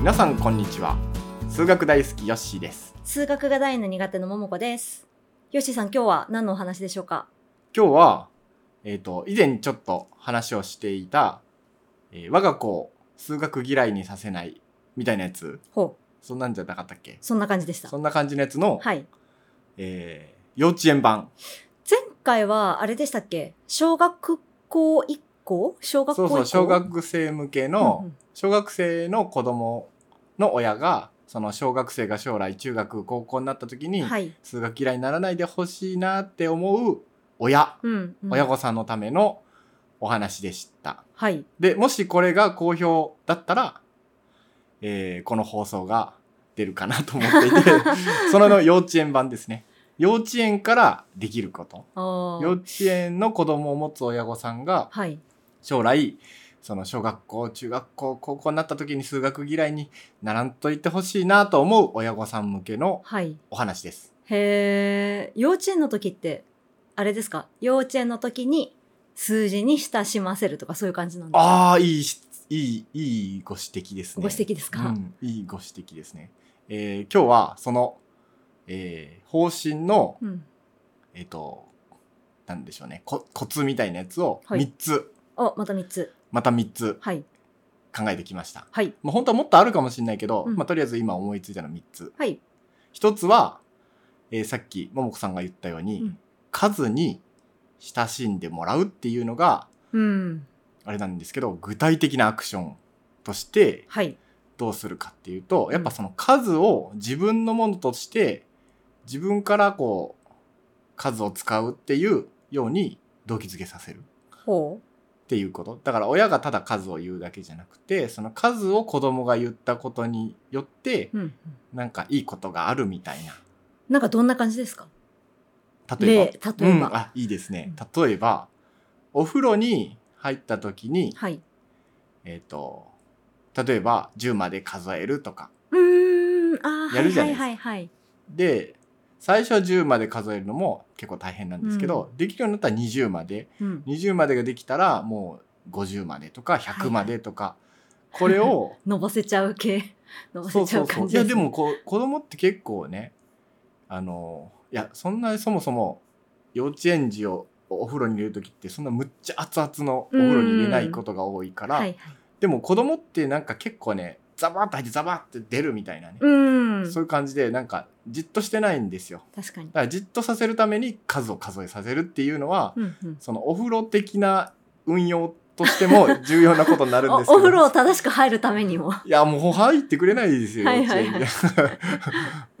皆さんこんにちは数学大好きヨッシーです数学が大の苦手の桃子です。よしさん、今日は何のお話でしょうか今日はえっ、と以前ちょっと話をしていた、えー我が子を数学嫌いにさせないみたいなやつほう、そんなんじゃなかったっけそんな感じでしたそ。んな感じのやつの、はい。えー幼稚園版前回は、あれでしたっけ小学校以降小学校そ以う降そう小学生向けうんうのん小学生の子供の親がその小学生が将来中学高校になった時にはい。数学嫌いにならないでほしいなって思う親、うん、うん親御さんのためのお話でした。はい。で、もしこれが好評だったら、えーこの放送が出るかなと思って いて、その幼稚園版ですね。幼稚園からできること。あー幼稚園の子供を持つ親御さんがはい。将来、その小学校、中学校、高校になった時に数学嫌いにならんといてほしいなと思う親御さん向けのはい。お話です。へえ。幼稚園の時って、あれですか幼稚園の時に数字に親しませるとかそういう感じなんですかああ、いいし、いい、いいご指摘ですね。ご指摘ですか、うん、いいご指摘ですね。えー今日はその、えー方針の、うん。えっ、と、なんでしょうね、こコツみたいなやつをはい3つ、お、また3つ。また3つはい。考えてきました。はい。まあ、本当はもっとあるかもしれないけど、うんまあ、とりあえず今思いついたの3つ。はい。 1つは、えーさっきももこさんが言ったように、うん数に親しんでもらうっていうのが、うん。あれなんですけど、具体的なアクションとして、はい。どうするかっていうと、やっぱその数を自分のものとして、自分からこう、数を使うっていうように動機づけさせるっほていうこと。だから親がただ数を言うだけじゃなくて、その数を子供が言ったことによってう。、うん。なんかいいことがあるみたいな。なんかどんな感じですか例えば。例例えばうん、あ、いいですね。例えば、お風呂に入った時に、はい。えっ、と、例えば10まで数えるとか、うーん、あーやるじゃないですかはいはいはいで最初は10まで数えるのも結構大変なんですけど、できるようになったら20まではい。うん。 20までができたらもう50までとか100までとか、これをのぼせちゃう系。 のぼそせうそうちゃうそう感いじすやねでもこう子供って結構ねあのいやそんなそもそも幼稚園児をお風呂に入れる時ってそんなむっちゃ熱々のお風呂に入れないことが多いから、はいはい。でも子供ってなんか結構ねザバッと入ってザバッて出るみたいなね、うーんそういう感じでなんかじっとしてないんですよ。確かにだ。からじっとさせるために数を数えさせるっていうのは、うんうん。そのお風呂的な運用として も重要なことになるんおですけどお 風呂を正しく入るためにも。いやもう入ってくれないですよはいはい幼稚園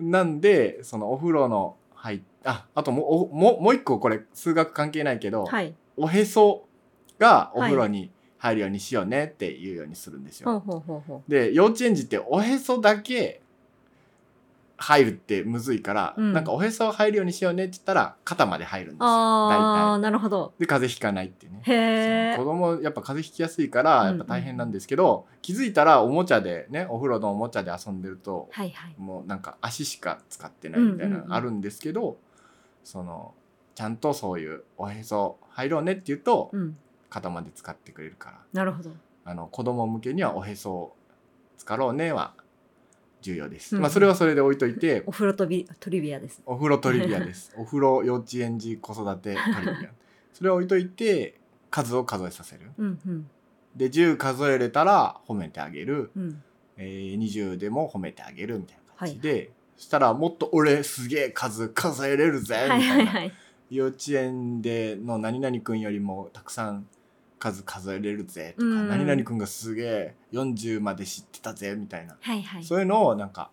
で なんでそのお風呂の入っああともうおもうもう一個これ数学関係ないけど、はい。おへそがお風呂に入るようにしようねっていうようにするんですよ。ほうほうほうほで幼稚園児っておへそだけ入るってむずいから、うんなんかおへそ入るようにしようねって言ったら肩まで入るんでう。すよあ大あ、なるほど。で風邪ひかないっていうねへその。え子供やっぱ風邪ひきやすいからやっぱ大変なんですけど、気づいたらおもちゃでねお風呂のおもちゃで遊んでると、はいはい。もうなんか足しか使ってないみたいなうんうんうんのあるんですけど、そのちゃんとそういうおへそ入ろうねって言うとうん。肩まで使ってくれるからなるほど。あの子供向けにはおへそを使ろうねは重要です。うんまあそれはそれで置いとい てお風呂とびトリビアです。お風呂トリビア です。お風呂幼稚園児子育てトリビア。それは置いといて数を数えさせる。うんうんで10数えれたら褒めてあげる、うん。えー、20でも褒めてあげるみたいな感じで、はそしたらもっと俺すげえ数数えれるぜみはたいいな、はいはい。幼稚園での何々くんよりもたくさん数数えれるぜとか、うん何々くんがすげえ40まで知ってたぜみたいな、はいはい。そういうのをなんか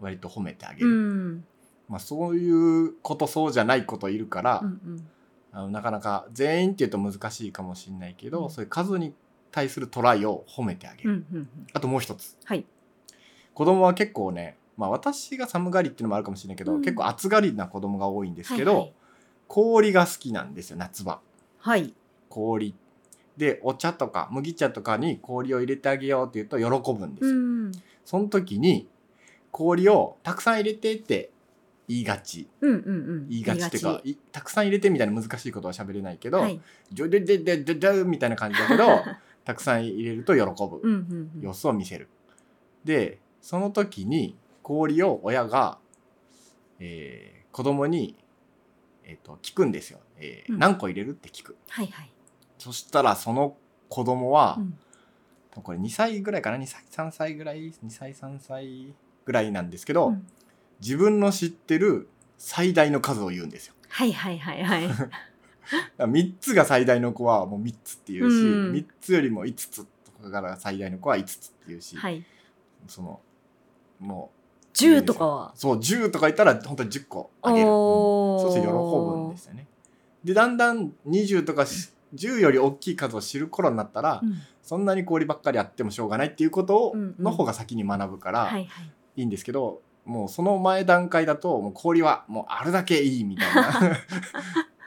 割と褒めてあげうる、ん。まあ、そういうことそうじゃないこといるから、うんうん。あのなかなか全員っていうと難しいかもしれないけど、うんそういう数に対するトライを褒めてあげるうん。うんうん。あともう一つ。はい子供は結構ね、まあ私が寒がりっていうのもあるかもしれないけど、うん結構暑がりな子供が多いんですけど、はいはい氷が好きなんですよ、夏場。はい。氷。で、お茶とか麦茶とかに氷を入れてあげようって言うと喜ぶんですうよ。ん。その時に、氷をたくさん入れてって言いがち。うんうんうん。言いがちっていうか、いたくさん入れてみたいな難しいことは喋れないけど、はい。ジョジョジョジョ ジョジョみたいな感じだけど、たくさん入れると喜ぶ。うんうんうん。様子を見せる。でその時に氷を親が、えー子供に、えー、と聞くんですよ、えーうん何個入れるって聞くはいはい。そしたらその子供は、うんこれ2歳ぐらいかな2歳3歳ぐらい2歳3歳ぐらいなんですけど、うん自分の知ってる最大の数を言うんですよ。はいはいは いはい。だから3つが最大の子はもう3つって言うし、うん3つよりも5つとかから最大の子は5つって言うし、はい。そのも10とかはう。そう10とか言ったら本当に10個あげる、おーそうすると喜ぶんですよね。でだんだん20とかし10より大きい数を知る頃になったら、うんそんなに氷ばっかりあってもしょうがないっていうことを、うんうんの方が先に学ぶから、はいい、はい。いんですけどもうその前段階だともう氷はもうあるだけいいみたい な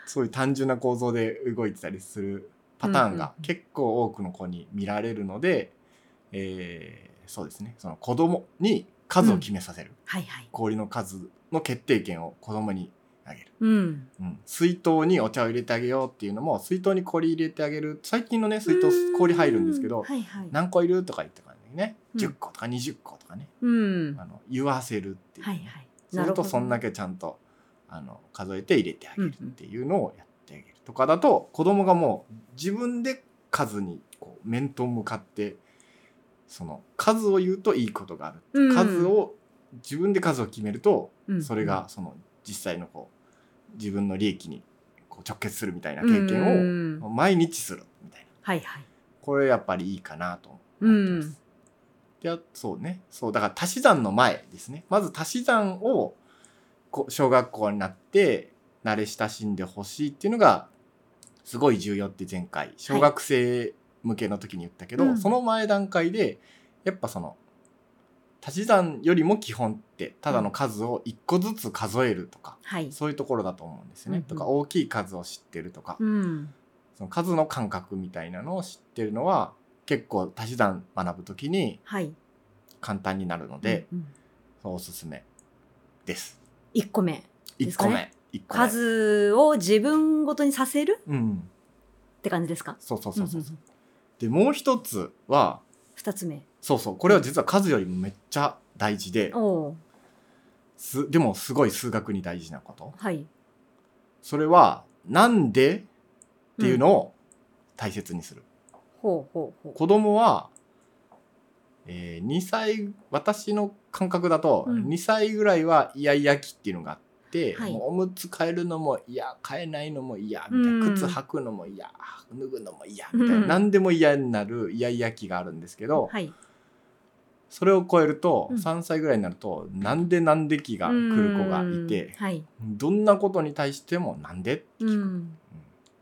そういう単純な構造で動いてたりするパターンうんがうん結構多くの子に見られるので、えーそうですねその子供に数を決めさせる、はいはい。氷の数の決定権を子供にあげる。うん。うん、水筒にお茶を入れてあげようっていうのも水筒に氷入れてあげる最近のね水筒氷入るんですけどうはいはい。何個いるとか言ってからねうん10個とか20個とかね、うん。あの言わせるっていう、はいはい。そうするとそんだけ。けちゃんとあの数えて入れてあげるっていうのをやってあげるとかだと子供がもう自分で数にこう面と向かってその数を言うといいことがある、うん数を自分で数を決めるとうんそれがその実際のこう自分の利益にこう直結するみたいな経験験を。毎日するみたいなはいはい。これやっぱりいいかなと思ってうます。ん。であそうねそうだから足し算の前ですねまず足し算をこ小学校になって慣れ親しんでほしいっていうのがすごい重要って前回小学生向けの時に言ったけど、うんその前段階でやっぱその足し算よりも基本ってただの数を1個ずつ数えるとか、はい。そういうところだと思うんですよね。うんうんとか大きい数を知ってるとか、うん。その数の感覚みたいなのを知ってるのは結構足し算学ぶ時にはい。簡単になるので、うんうん、おすすめです。一個目。で1すか個ね目。一個目。数を自分ごとにさせるうん。って感じですかそうそうそうそう。んんんで、もう一つは、二つ目。そうそう、これは実は数よりもめっちゃ大事で、おお。すでもすごい数学に大事なこと。はい。っそれは、なんでっていうのを大切にする。ほうほうほう。子供は、えー、2歳、私の感覚だと、うん2歳ぐらいはイヤイヤ期っていうのがあって、はいもうおむつ変えるのも嫌変えないのも嫌みたいな、うん靴履くのも嫌脱ぐのも嫌みたいな、うん何でも嫌になるイヤイヤ期があるんですけど、はい。それを超えると、うん3歳ぐらいになるとなんでなんで期が来る子がいて、うんはい。どんなことに対してもなんで、うんうん。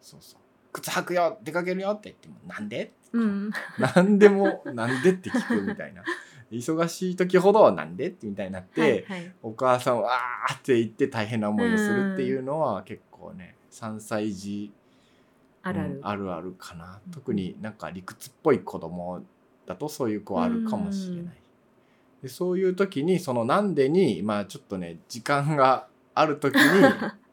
そうそう靴履くよ出かけるよって言ってもなんでうん。何でも「なんで?」って聞くみたいな忙しい時ほど「なんで?」ってみたいになって、はいはい。お母さんは「あー」って言って大変な思いをするっていうのは結構ね3歳児あるあうるん。あるあるかなうん特になんか理屈っぽい子供だとそういう子はあるかもしれない。でそういう時にその「なんでに」まあちょっとね時間がある 時に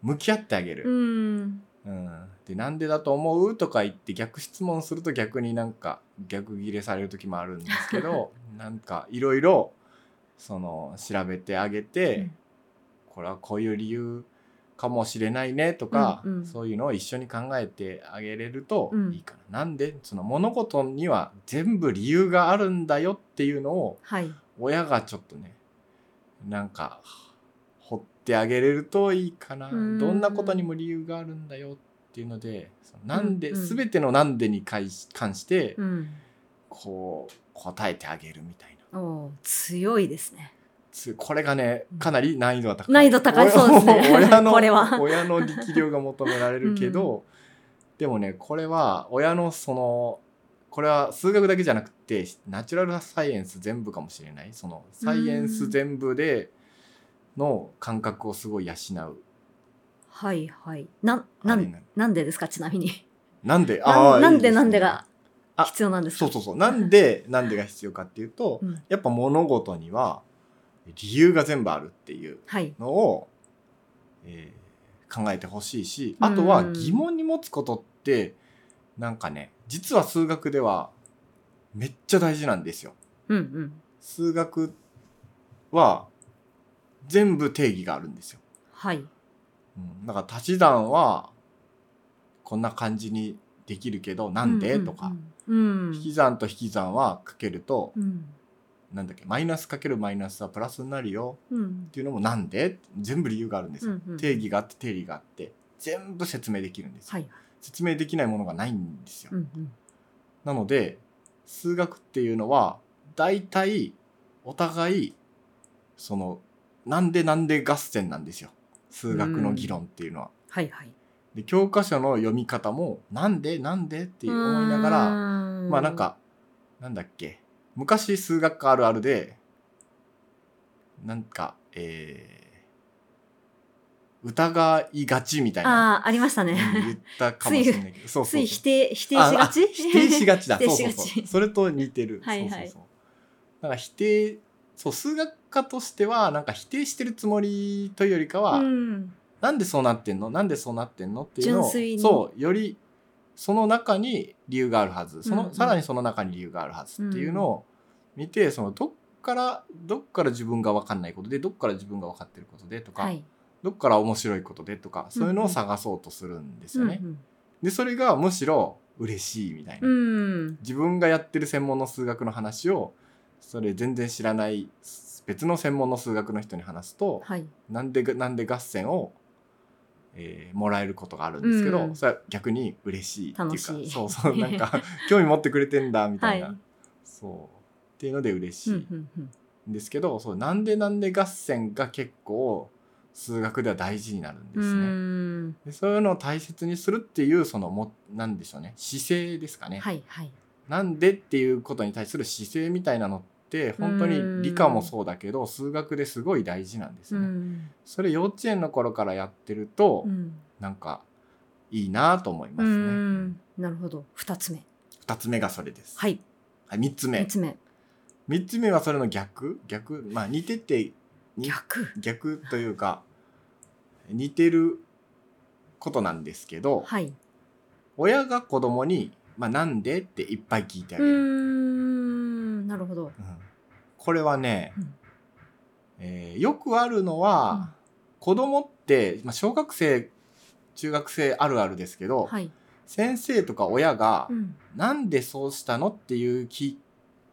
向き合ってあげる。うん。うん、でなんでだと思うとか言って逆質問すると逆になんか逆ギレされる時もあるんですけ どなんかいろいろその調べてあげて、うんこれはこういう理由かもしれないねとか、うんうんそういうのを一緒に考えてあげれるとうんいいかな。なんでその物事には全部理由があるんだよっていうのをはい。親がちょっとねなんか掘ってあげれるといいかなうどんんなことにも理由があるんだよっていうのでそのなんで、うんうん全ての「なんで」に関し関して、うん。こう答えてあげるみたいなおお。強いですね。つこれがねうんかなり難易度が高い難易度高いそうですね親の これは親の力量が求められるけど、でもねこれは親のそのこれは数学だけじゃなくてナチュラルサイエンス全部かもしれないそのサイエンス全部での感覚をすごい養う。はいはい。なん、なあれにん、なるなんでですかちなみに。なんでなーんないんいすでねなんでがあ必要なんですそかうそうそうなんでなんでが必要かっていうと、うんやっぱ物事には理由が全部あるっていうはい。のを、えー考えてほしいしうんあとは疑問に持つことってなんかね実は数学ではめっちゃ大事なんですよ。うんうん。数学は全部定義があるんですよ。はい。うん、だから足し算はこんな感じにできるけどなんで、ううとか、うん。引き算と引き算はかけると、うん。なんだっけマイナスかけるマイナスはプラスになるようんっ。ていうのもなんで全部理由があるんですよ。うんうん定義があって定理があって全部説明できるんですよ。はい。説明できないものがないんですよ。うんうん。なので数学っていうのは大体お互いそのなんでなんで合戦なんですよ数学の議論っていうのは。はいはい。っで教科書の読み方もなんでなんでってて思いながらまあなん。かなんだっけ昔数学科あるあるでなんかえー疑いがちみたいなああ、ありましたうんね。言ったかもしれないけどそうつそういそう否定、否定しがあちあ否定しがちだ 否定そうしそうがそちうそれと似てるはいはいそうそうそうだから否定そう数学科としてはなんか否定してるつもりというよりかは、うん。なんでそうなってんのなんでそうなってんのっていうのを純粋にそうよりその中に理由があるはずその、うんうんさらにその中に理由があるはずっていうのを見て、そのどっからどっから自分が分かんないことでどっから自分が分かってることでとか、はい。どっから面白いことでとかそういうのを探そうとするんですよね。うんでそれがむしろ嬉しいみたいな、うん。うん自分がやってる専門の数学の話をそれ全然知らない別の専門の数学の人に話すと、はい。なんでなんで合戦を、えーもらえることがあるんですけど、うんそれは逆に嬉しいっていうか楽しいそうそう なんか興味持ってくれてんだみたいな、はいそうっていうので嬉しういんうんんうんですけど、そうなんでなんで合戦が結構数学では大事になるんでうすね。ーん。でそういうのを大切にするっていうそのもなんでしょうね姿勢ですかね、はいはい。なんでっていうことに対する姿勢みたいなのって本当に理科もそうだけど数学ですごい大事なんですうね。ん。それ幼稚園の頃からやってると、うん。なんかいいなと思いうますね。ん。なるほど。二つ目。二、つ目がそれです。はい。はい、三つ目三。つ目。三つ目はそれの逆逆まあ似ててに逆。逆というか似てることなんですけど、はい。親が子供にまあなんでっていっぱい聞いてあうーげる。ん。なるほど。うんこれはね、うんえーよくあるのは、子供ってまあ小学生中学生あるあるですけど、はい。先生とか親が、うん。なんでそうしたのっていう聞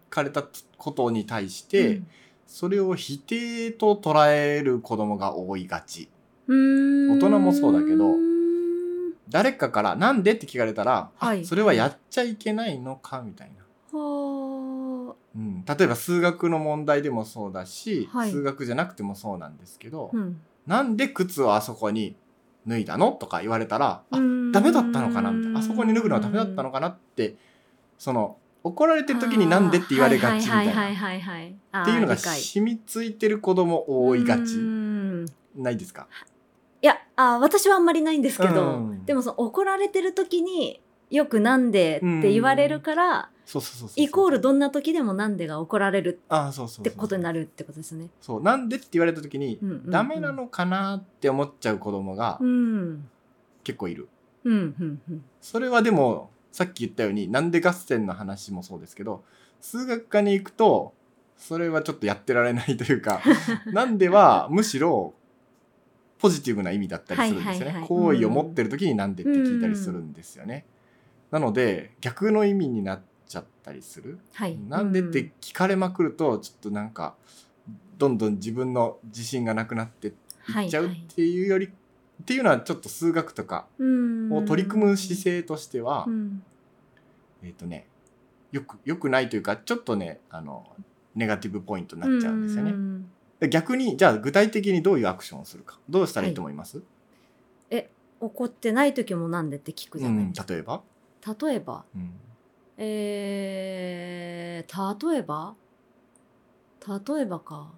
かれたことに対して、それを否定と捉える子供が多いがちうん、うーん大人もそうだけど誰かから「なんで?」って聞かれたら「あはいそれはやっちゃいけないのか」みたいな、はうん、例えば数学の問題でもそうだし、はい数学じゃなくてもそうなんですけどあ。うん。 「なんで靴をあそこに脱いだの?」とか言われたら「あダメだったのかなみたいなあそこに脱ぐのはダメだったのかかなってその怒られてる時になんでって言われがちみたいはないはいはいはいはいはい。っていうのがあー理解染みついてる子供多いがちうーんないですかいやあー私はあんまりないんですけど、うんでもその怒られてる時によく「なんで?」って言われるから、そうそうそうそうイコールどんな時でも「なんで?」が怒られるああそうそうそうってことになるるってことですね。そうなんでって言われた時にうんうんうんダメなのかなって思っちゃう子供がうん結構いるうんうんうんそれはでもさっき言ったようになんで合戦の話もそうですけど数学科に行くとそれはちょっとやってられないという かなんではむしろポジティブな意味だったりするんですよはいはいはねい好意を持ってる時になんでって聞いたりするんですよね。なので逆の意味になっちゃったりする。はい、なんでって聞かれまくるとちょっとなんかどんどん自分の自信がなくなっていっちゃうっていうより、っていうのはちょっと数学とかを取り組む姿勢としては、うんえっ、とねよくよくないというかちょっとねあのネガティブポイントになっちゃうんですようね。んで逆にじゃあ具体的にどういうアクションをするかどうしたらいいと思います、怒ってない時も「なんで?」って聞くじうゃないん、例えば、例えばうんえー、例えば例えばか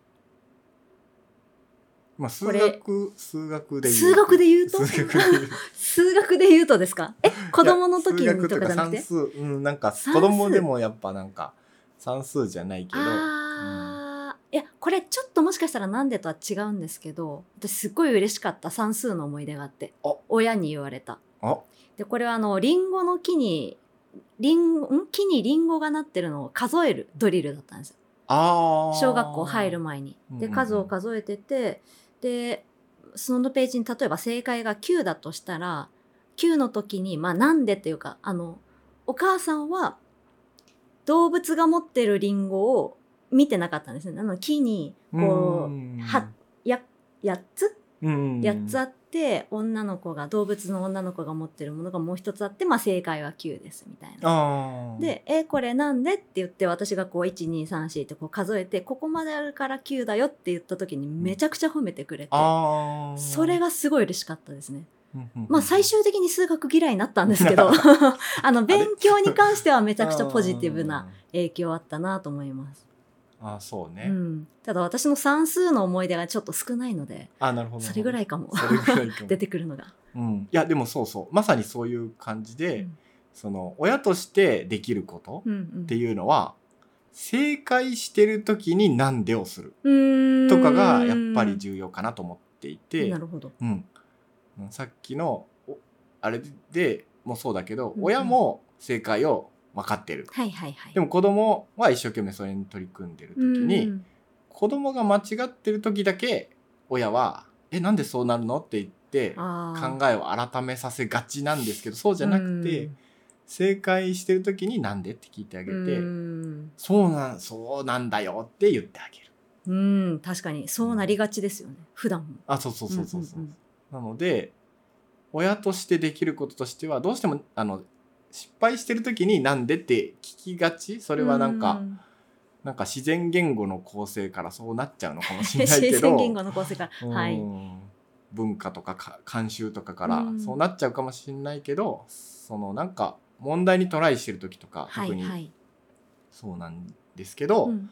まあ、数これ学数学で言う数学で言うと数学で言うと数学で言うとですかえ 子供の時いやにとかじゃなくて数学とか算数うんなんか算子数供でもやっぱなんか算数じゃないけどあーいやこれちょっともしかしたらなんでとは違うんですけど私すっごい嬉しかった算数の思い出があってお親に言われたあでこれはあのリンゴの木にリンん木にリンゴがなってるのを数えるドリルだったんですよあー小学校入る前に。うんうんうでん数を数えててでそのページに例えば正解が9だとしたら9の時にまあなんでっていうかあのお母さんは動物が持ってるリンゴを見てなかったんですね。あの木にこうはや8つ8つあっって女の子が動物の女の子が持ってるものがもう1つあって、まあ、正解は9ですみたいな。あーで「えこれなんで?」って言って私がこう1234ってこう数えてここまであるから9だよって言った時にめちゃくちゃ褒めてくれてあーそれがすごい嬉しかったですね。うんうんうんまあ最終的に数学嫌いになったんですけど あの勉強に関してはめちゃくちゃポジティブな影響あったなと思います。あーあーそうね、うん、ただ私の算数の思い出がちょっと少ないのであなるほどそれぐらいいかもそれぐらいかも 出てくるのが。うん、いやでもそうそうまさにそういう感じで、うんその親としてできることうんっていうのは、正解してる時になんでをするうん、とかがやっぱり重要かなと思っていて、なるほど。うん、うんさっきのおあれでもそうだけど、うん親も正解を分かってるはいはいはい。でも子供は一生懸命それに取り組んでる時に、うん子供が間違ってる時だけ親は「えなんでそうなるの?」って言ってあー考えを改めさせがちなんですけどそうじゃなくて、うん正解してる時に「なんで?」って聞いてあげて。うんそうなん、そうなんだよって言ってあげる。うん確かにそうなりがちですよね普段もあ、そうそうそうそうそう。うんうんなので、親としてできることとしては、どうしても、あの、失敗してる時になんでって聞きがちそこれはなんか、なんか自然言語の構成からそうなっちゃうのかもしれないけど。 自然言語の構成からはういん文化とかか慣習とかからうんそうなっちゃうかもしれないけど、そのなんか問題にトライしてる時とか、は特いはにいそうなんですけど、うん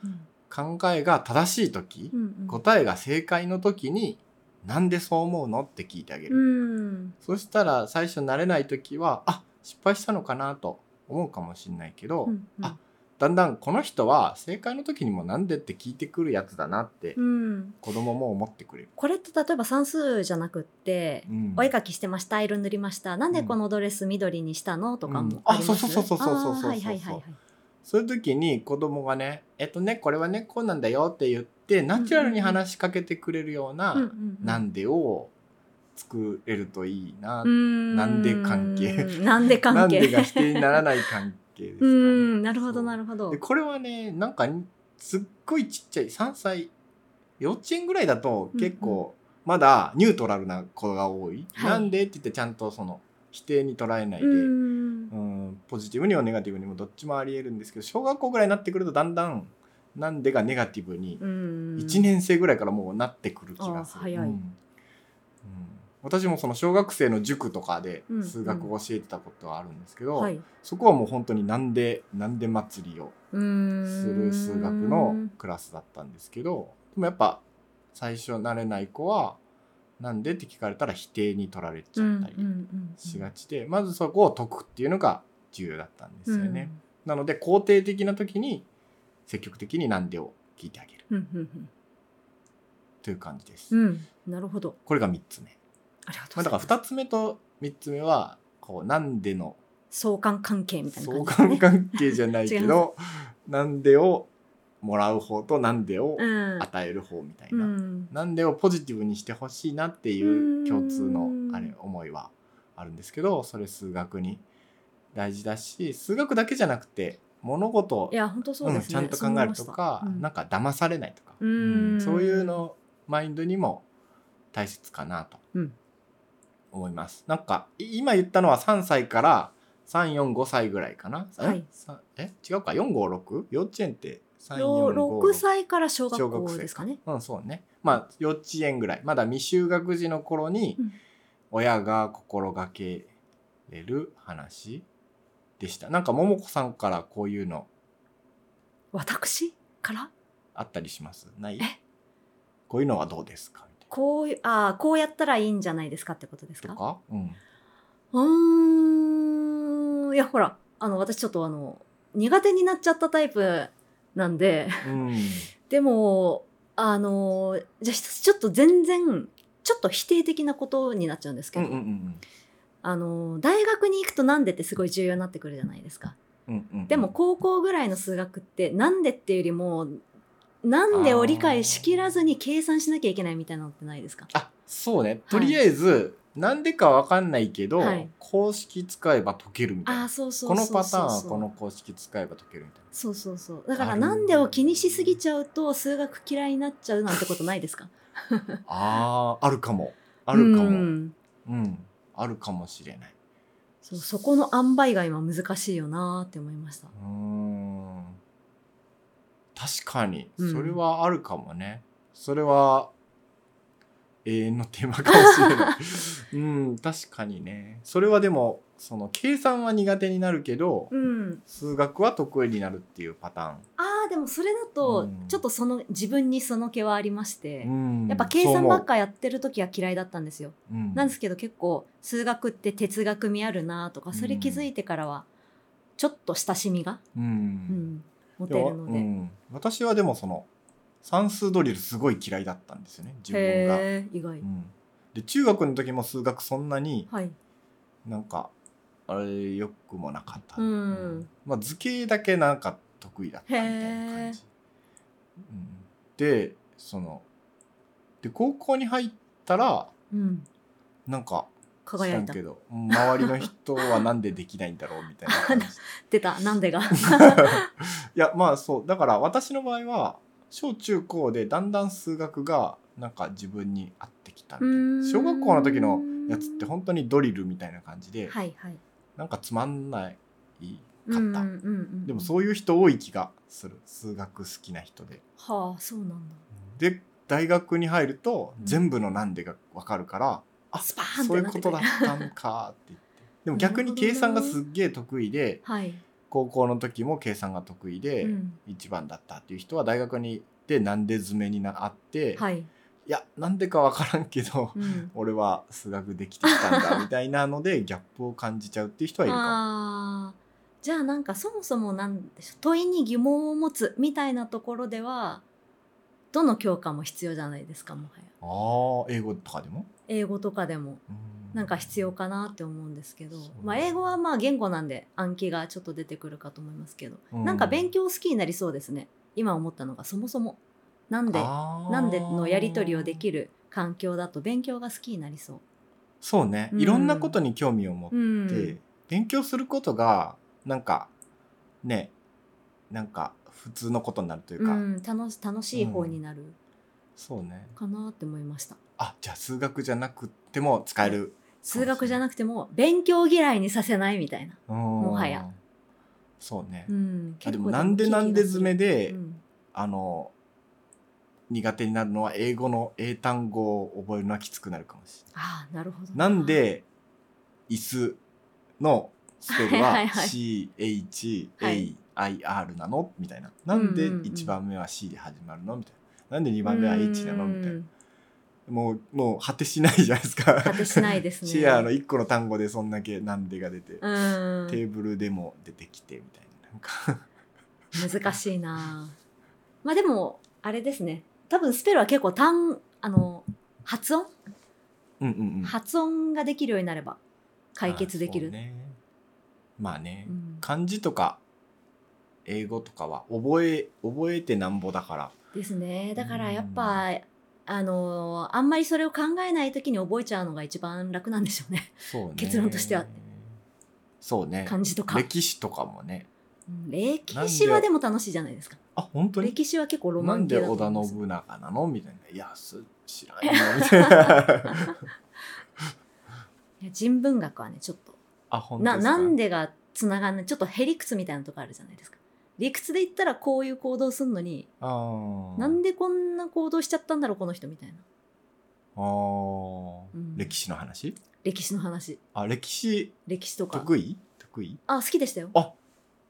考えが正しい時、うんうんうん答えが正解の時に「なんでそう思うの?」って聞いてあげる、うんそしたら最初慣れない時は「あ失敗したのかな」と思うかもしれないけど、うんあだんだんこの人は正解の時にも「なんで?」って聞いてくるやつだなってうん子供も思ってくれる。これって例えば算数じゃなくってうんお絵かきしてました色塗りましたなんでこのドレス緑にしたのとかうんもありますあそうそうそうそうそうそうそうそうあーはいはいはいはいそういう時に子供がね「えっとねこれはねこうなんだよ」って言ってナチュラルに話しかけてくれるようなうんう「なんで?」を作れるといいなってんなんで関係うんなんで関係なんでが否定にならない関係ですかうね。んなるほそどうなるほどでこれはねなんかすっごいちっちゃい3歳幼稚園ぐらいだと結構まだニュートラルな子が多い。はいなんでって言ってちゃんとその否定に捉えないで。うんんポジティブにもネガティブにもどっちもありえるんですけど小学校ぐらいになってくるとだんだん「なんで?」がネガティブにうん1年生ぐらいからもうなってくる気がすある。ー早いうんうん私もその小学生の塾とかでうん数学を教えてたことはあるんですけど、はいそこはもう本当になんでなんで祭りをうーんする数学のクラスだったんですけどでもやっぱ最初慣れない子はなんでって聞かれたら否定に取られちゃったうんうりんうんうんしがちでまずそこを解くっていうのが重要だったんですよね。なので肯定的な時に積極的になんでを聞いてあげるうんうんという感じです。うんうんなるほどこれが3つ目。ありがとまうあ、ごだざかいら2ます、つ目と3つ目はこうなんでの相関関係みたいな相感じ関関係じゃないけ違いどなんでをもらう方となんでをうん与える方みたいうな、んなんでをポジティブにしてほしいなっていう共通のあれ思いはあるんですけどそれ数学に大事だし数学だけじゃなくて物事をいや本当そううでんすね、ちゃんと考えるとか、そう思いまなしんか騙されないとか、うんそういうのマインドにも大切かなとうん思います。なんかい今言ったのは3歳から345歳ぐらいかな。えはいさえ違うか456幼稚園ってた、うん、6 3456歳から小学小学校生ですかねうんそうねまあ幼稚園ぐらいまだ未就学児の頃にうん親が心がけれる話でしたなんかももこさんからこういうの私からあったりしますないえこういうのはどうですかみたいこういうああこうやったらいいんじゃないですかってことですなかとか、うん、うーんいやほらあの私ちょっとあの苦手になっちゃったタイプなんでうんでもあのじゃあ一つちょっと全然ちょっと否定的なことになっちゃうんですけうんうど、んうんあの大学に行くとなんでってすごい重要になってくるじゃないですかうんうんうんでも高校ぐらいの数学ってなんでっていうよりもなんでを理解しきらずに計算しなきゃいけないみたいなのってないですかあそうねとりあえず、なんでかわかんないけど、はい公式使えば解けるみたいあなあそうそうこそのうそうパターンはこの公式使えば解けるみたいなそうそうそうだからなるほなどんでを気にしすぎちゃうと数学嫌いになっちゃうなんてことないですかあーあるかもああるかもう、うんんあるかもしれないそうそこの塩梅が今難しいよなーって思いましたうーん確かにうんそれはあるかもね、それは永遠のテーマかもしれ ないうん確かにねそれはでもその計算は苦手になるけど、うん数学は得意になるっていうパタあーでもそれだとうんちょっとその自分にその気はありましてー、ン、うんやっぱ計算ばっかやってる時は嫌いだったんですよそう思う、うん、なんですけど結構数学って哲学味あるなとかそれ気づいてからはちょっと親しみが、うん、うん、持てでもるのうで。ん私はでもその算数ドリルすごい嫌いだったんですよね自分が、へえ意外、うん、で中学の時も数学そんなにはいなんかあれよくもなかった、うんまあ図形だけなんか得意だったみたいな感じ、うん、でそので高校に入ったらうん、なんか知輝らいんたけどうん周りの人はなんでできないんだろうみたいな感 じ出たなんでがいやまあそうだから私の場合は小中高でだんだん数学がなんか自分に合ってきたみたいなうー ん小学校の時のやつって本当にドリルみたいな感じで、はいはいなんかつまんないかうっんうた、んうん、でもうそういう人多い気がする数学好きな人で。はあそうなんだで大学に入るとうん全部のなんでが分かるから、あスパーンってそういうなっこてくとるだったんかって言 ってでも逆に計算がすっげえ得意ではい、高校の時も計算が得意で。うん、一番だったっていう人は大学に行ってなんで詰めになあって、い、はい、やなんでかわからんけど、うん、俺は数学できてきたんだみたいなのでギャップを感じちゃうっていう人はいるかあーじゃあなんかそもそもなんでしょう問いに疑問を持つみたいなところではどの教科も必要じゃないですかもはやも。あー英語とかでも英語とかでもうなんか必要かなって思うんですけどそう、まあ、英語はまあ言語なんで暗記がちょっと出てくるかと思いますけど、うんなんか勉強好きになりそうですね今思ったのがそもそもなんでななんでのやり取りをできるる環境だと勉強が好きになりそう。そうね、うんいろんなことに興味を持っうて、ん、勉強することがなんかねなんか普通のことになるというか、うん楽し楽しい方になるそうねかなって思いました。あじゃあ数学じゃなくても使える数学じゃなくても勉強嫌いにさせないみたいな。もはや。そうね。うん、あでも結構なんでなんで詰めで、うんあの苦手になるのは英語の英単語を覚えるのはきつくなるかもしれああなるほど。ない。なん、で椅子のスペルははいはいはい C H は A い I R なのみたいな。なんでうんうんうん一番目は C で始まるのみたいな。なんで二番目は H なのみたいな。な。もうもう果てしないじゃないですか。果てしないですねシェアの一個の単語でそんだけなんでが出て、うん、テーブルでも出てきてみたいななんか。難しいなあまあでもあれですね多分スペルは結構単あの発音、うんうんうん発音ができるようになれば解決できあそる、うねまあね、うん漢字とか英語とかは覚え覚えてなんぼだからですねだからやっぱ、あのあんまりそれを考えない時に覚えちゃうのが一番楽なんでしょうねそうね結論としてはそうね漢字とか歴史とかもねうん歴史はでも楽しいじゃないですかあ本当に歴史は結構ロなマんンで系だと織思田うんです信長なのみたいないやす知らんよみたい ないや人文学はねちょっとあ本当なですかなんでがつながんないちょっとへりくつみたいなとこあるじゃないですか理屈で言ったらこういう行動するのにあーなんでこんな行動しちゃったんだろうこの人みたいなあー、うん歴史の話歴史の話あ歴史歴史とか得意得意あ好きでしたよあ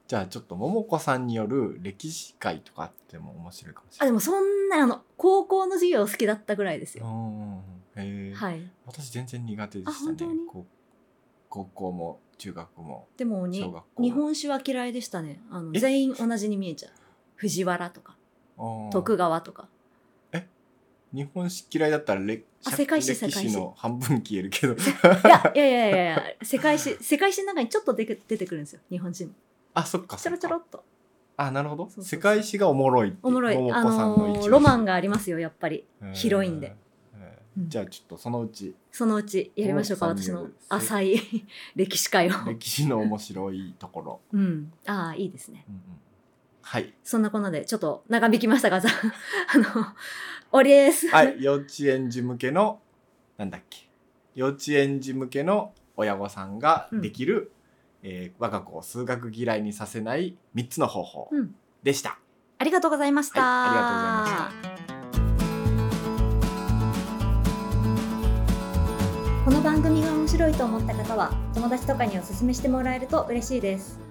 じゃあちょっと桃子さんによる歴史会とかあっても面白いかもしあれでない。もそんなあの高校の授業好きだったぐらいですうよんうんうんへえはい私全然苦手であした本当ねにこ高校も中学もでも小に学校日本史は嫌いでしたねあのえ全員同じに見えちゃう藤原とかも徳川とか日本史嫌いだったられあ社世界史歴世界史史の半分消えるけ どいやいやいやいやいや世界史世界史の中にちょっと出て出てくるんですよ日本人もあそっかちそょろっちょかろっとあなるほどそうそうそう世界史がおもろいっておもろい、桃あ子さんのの一ー押しロマンがありますよやっぱりうん広いんでううんんじゃあちょっとそのうちそのうちやりましょうか桃子私さんによのる浅い 歴史会を、歴史の面白いところ、うん、ああいいですねうんうん はいそんなこんなでちょっと長引きましたが あの終わりです、はい幼稚園児向けのなんだっけ幼稚園児向けの親御さんができる、えー我が子を数学嫌いにさせない3つの方法うんでした、ありがとうございました、はいありがとうございましたこの番組が面白いと思った方は友達とかにおすすめしてもらえると嬉しいです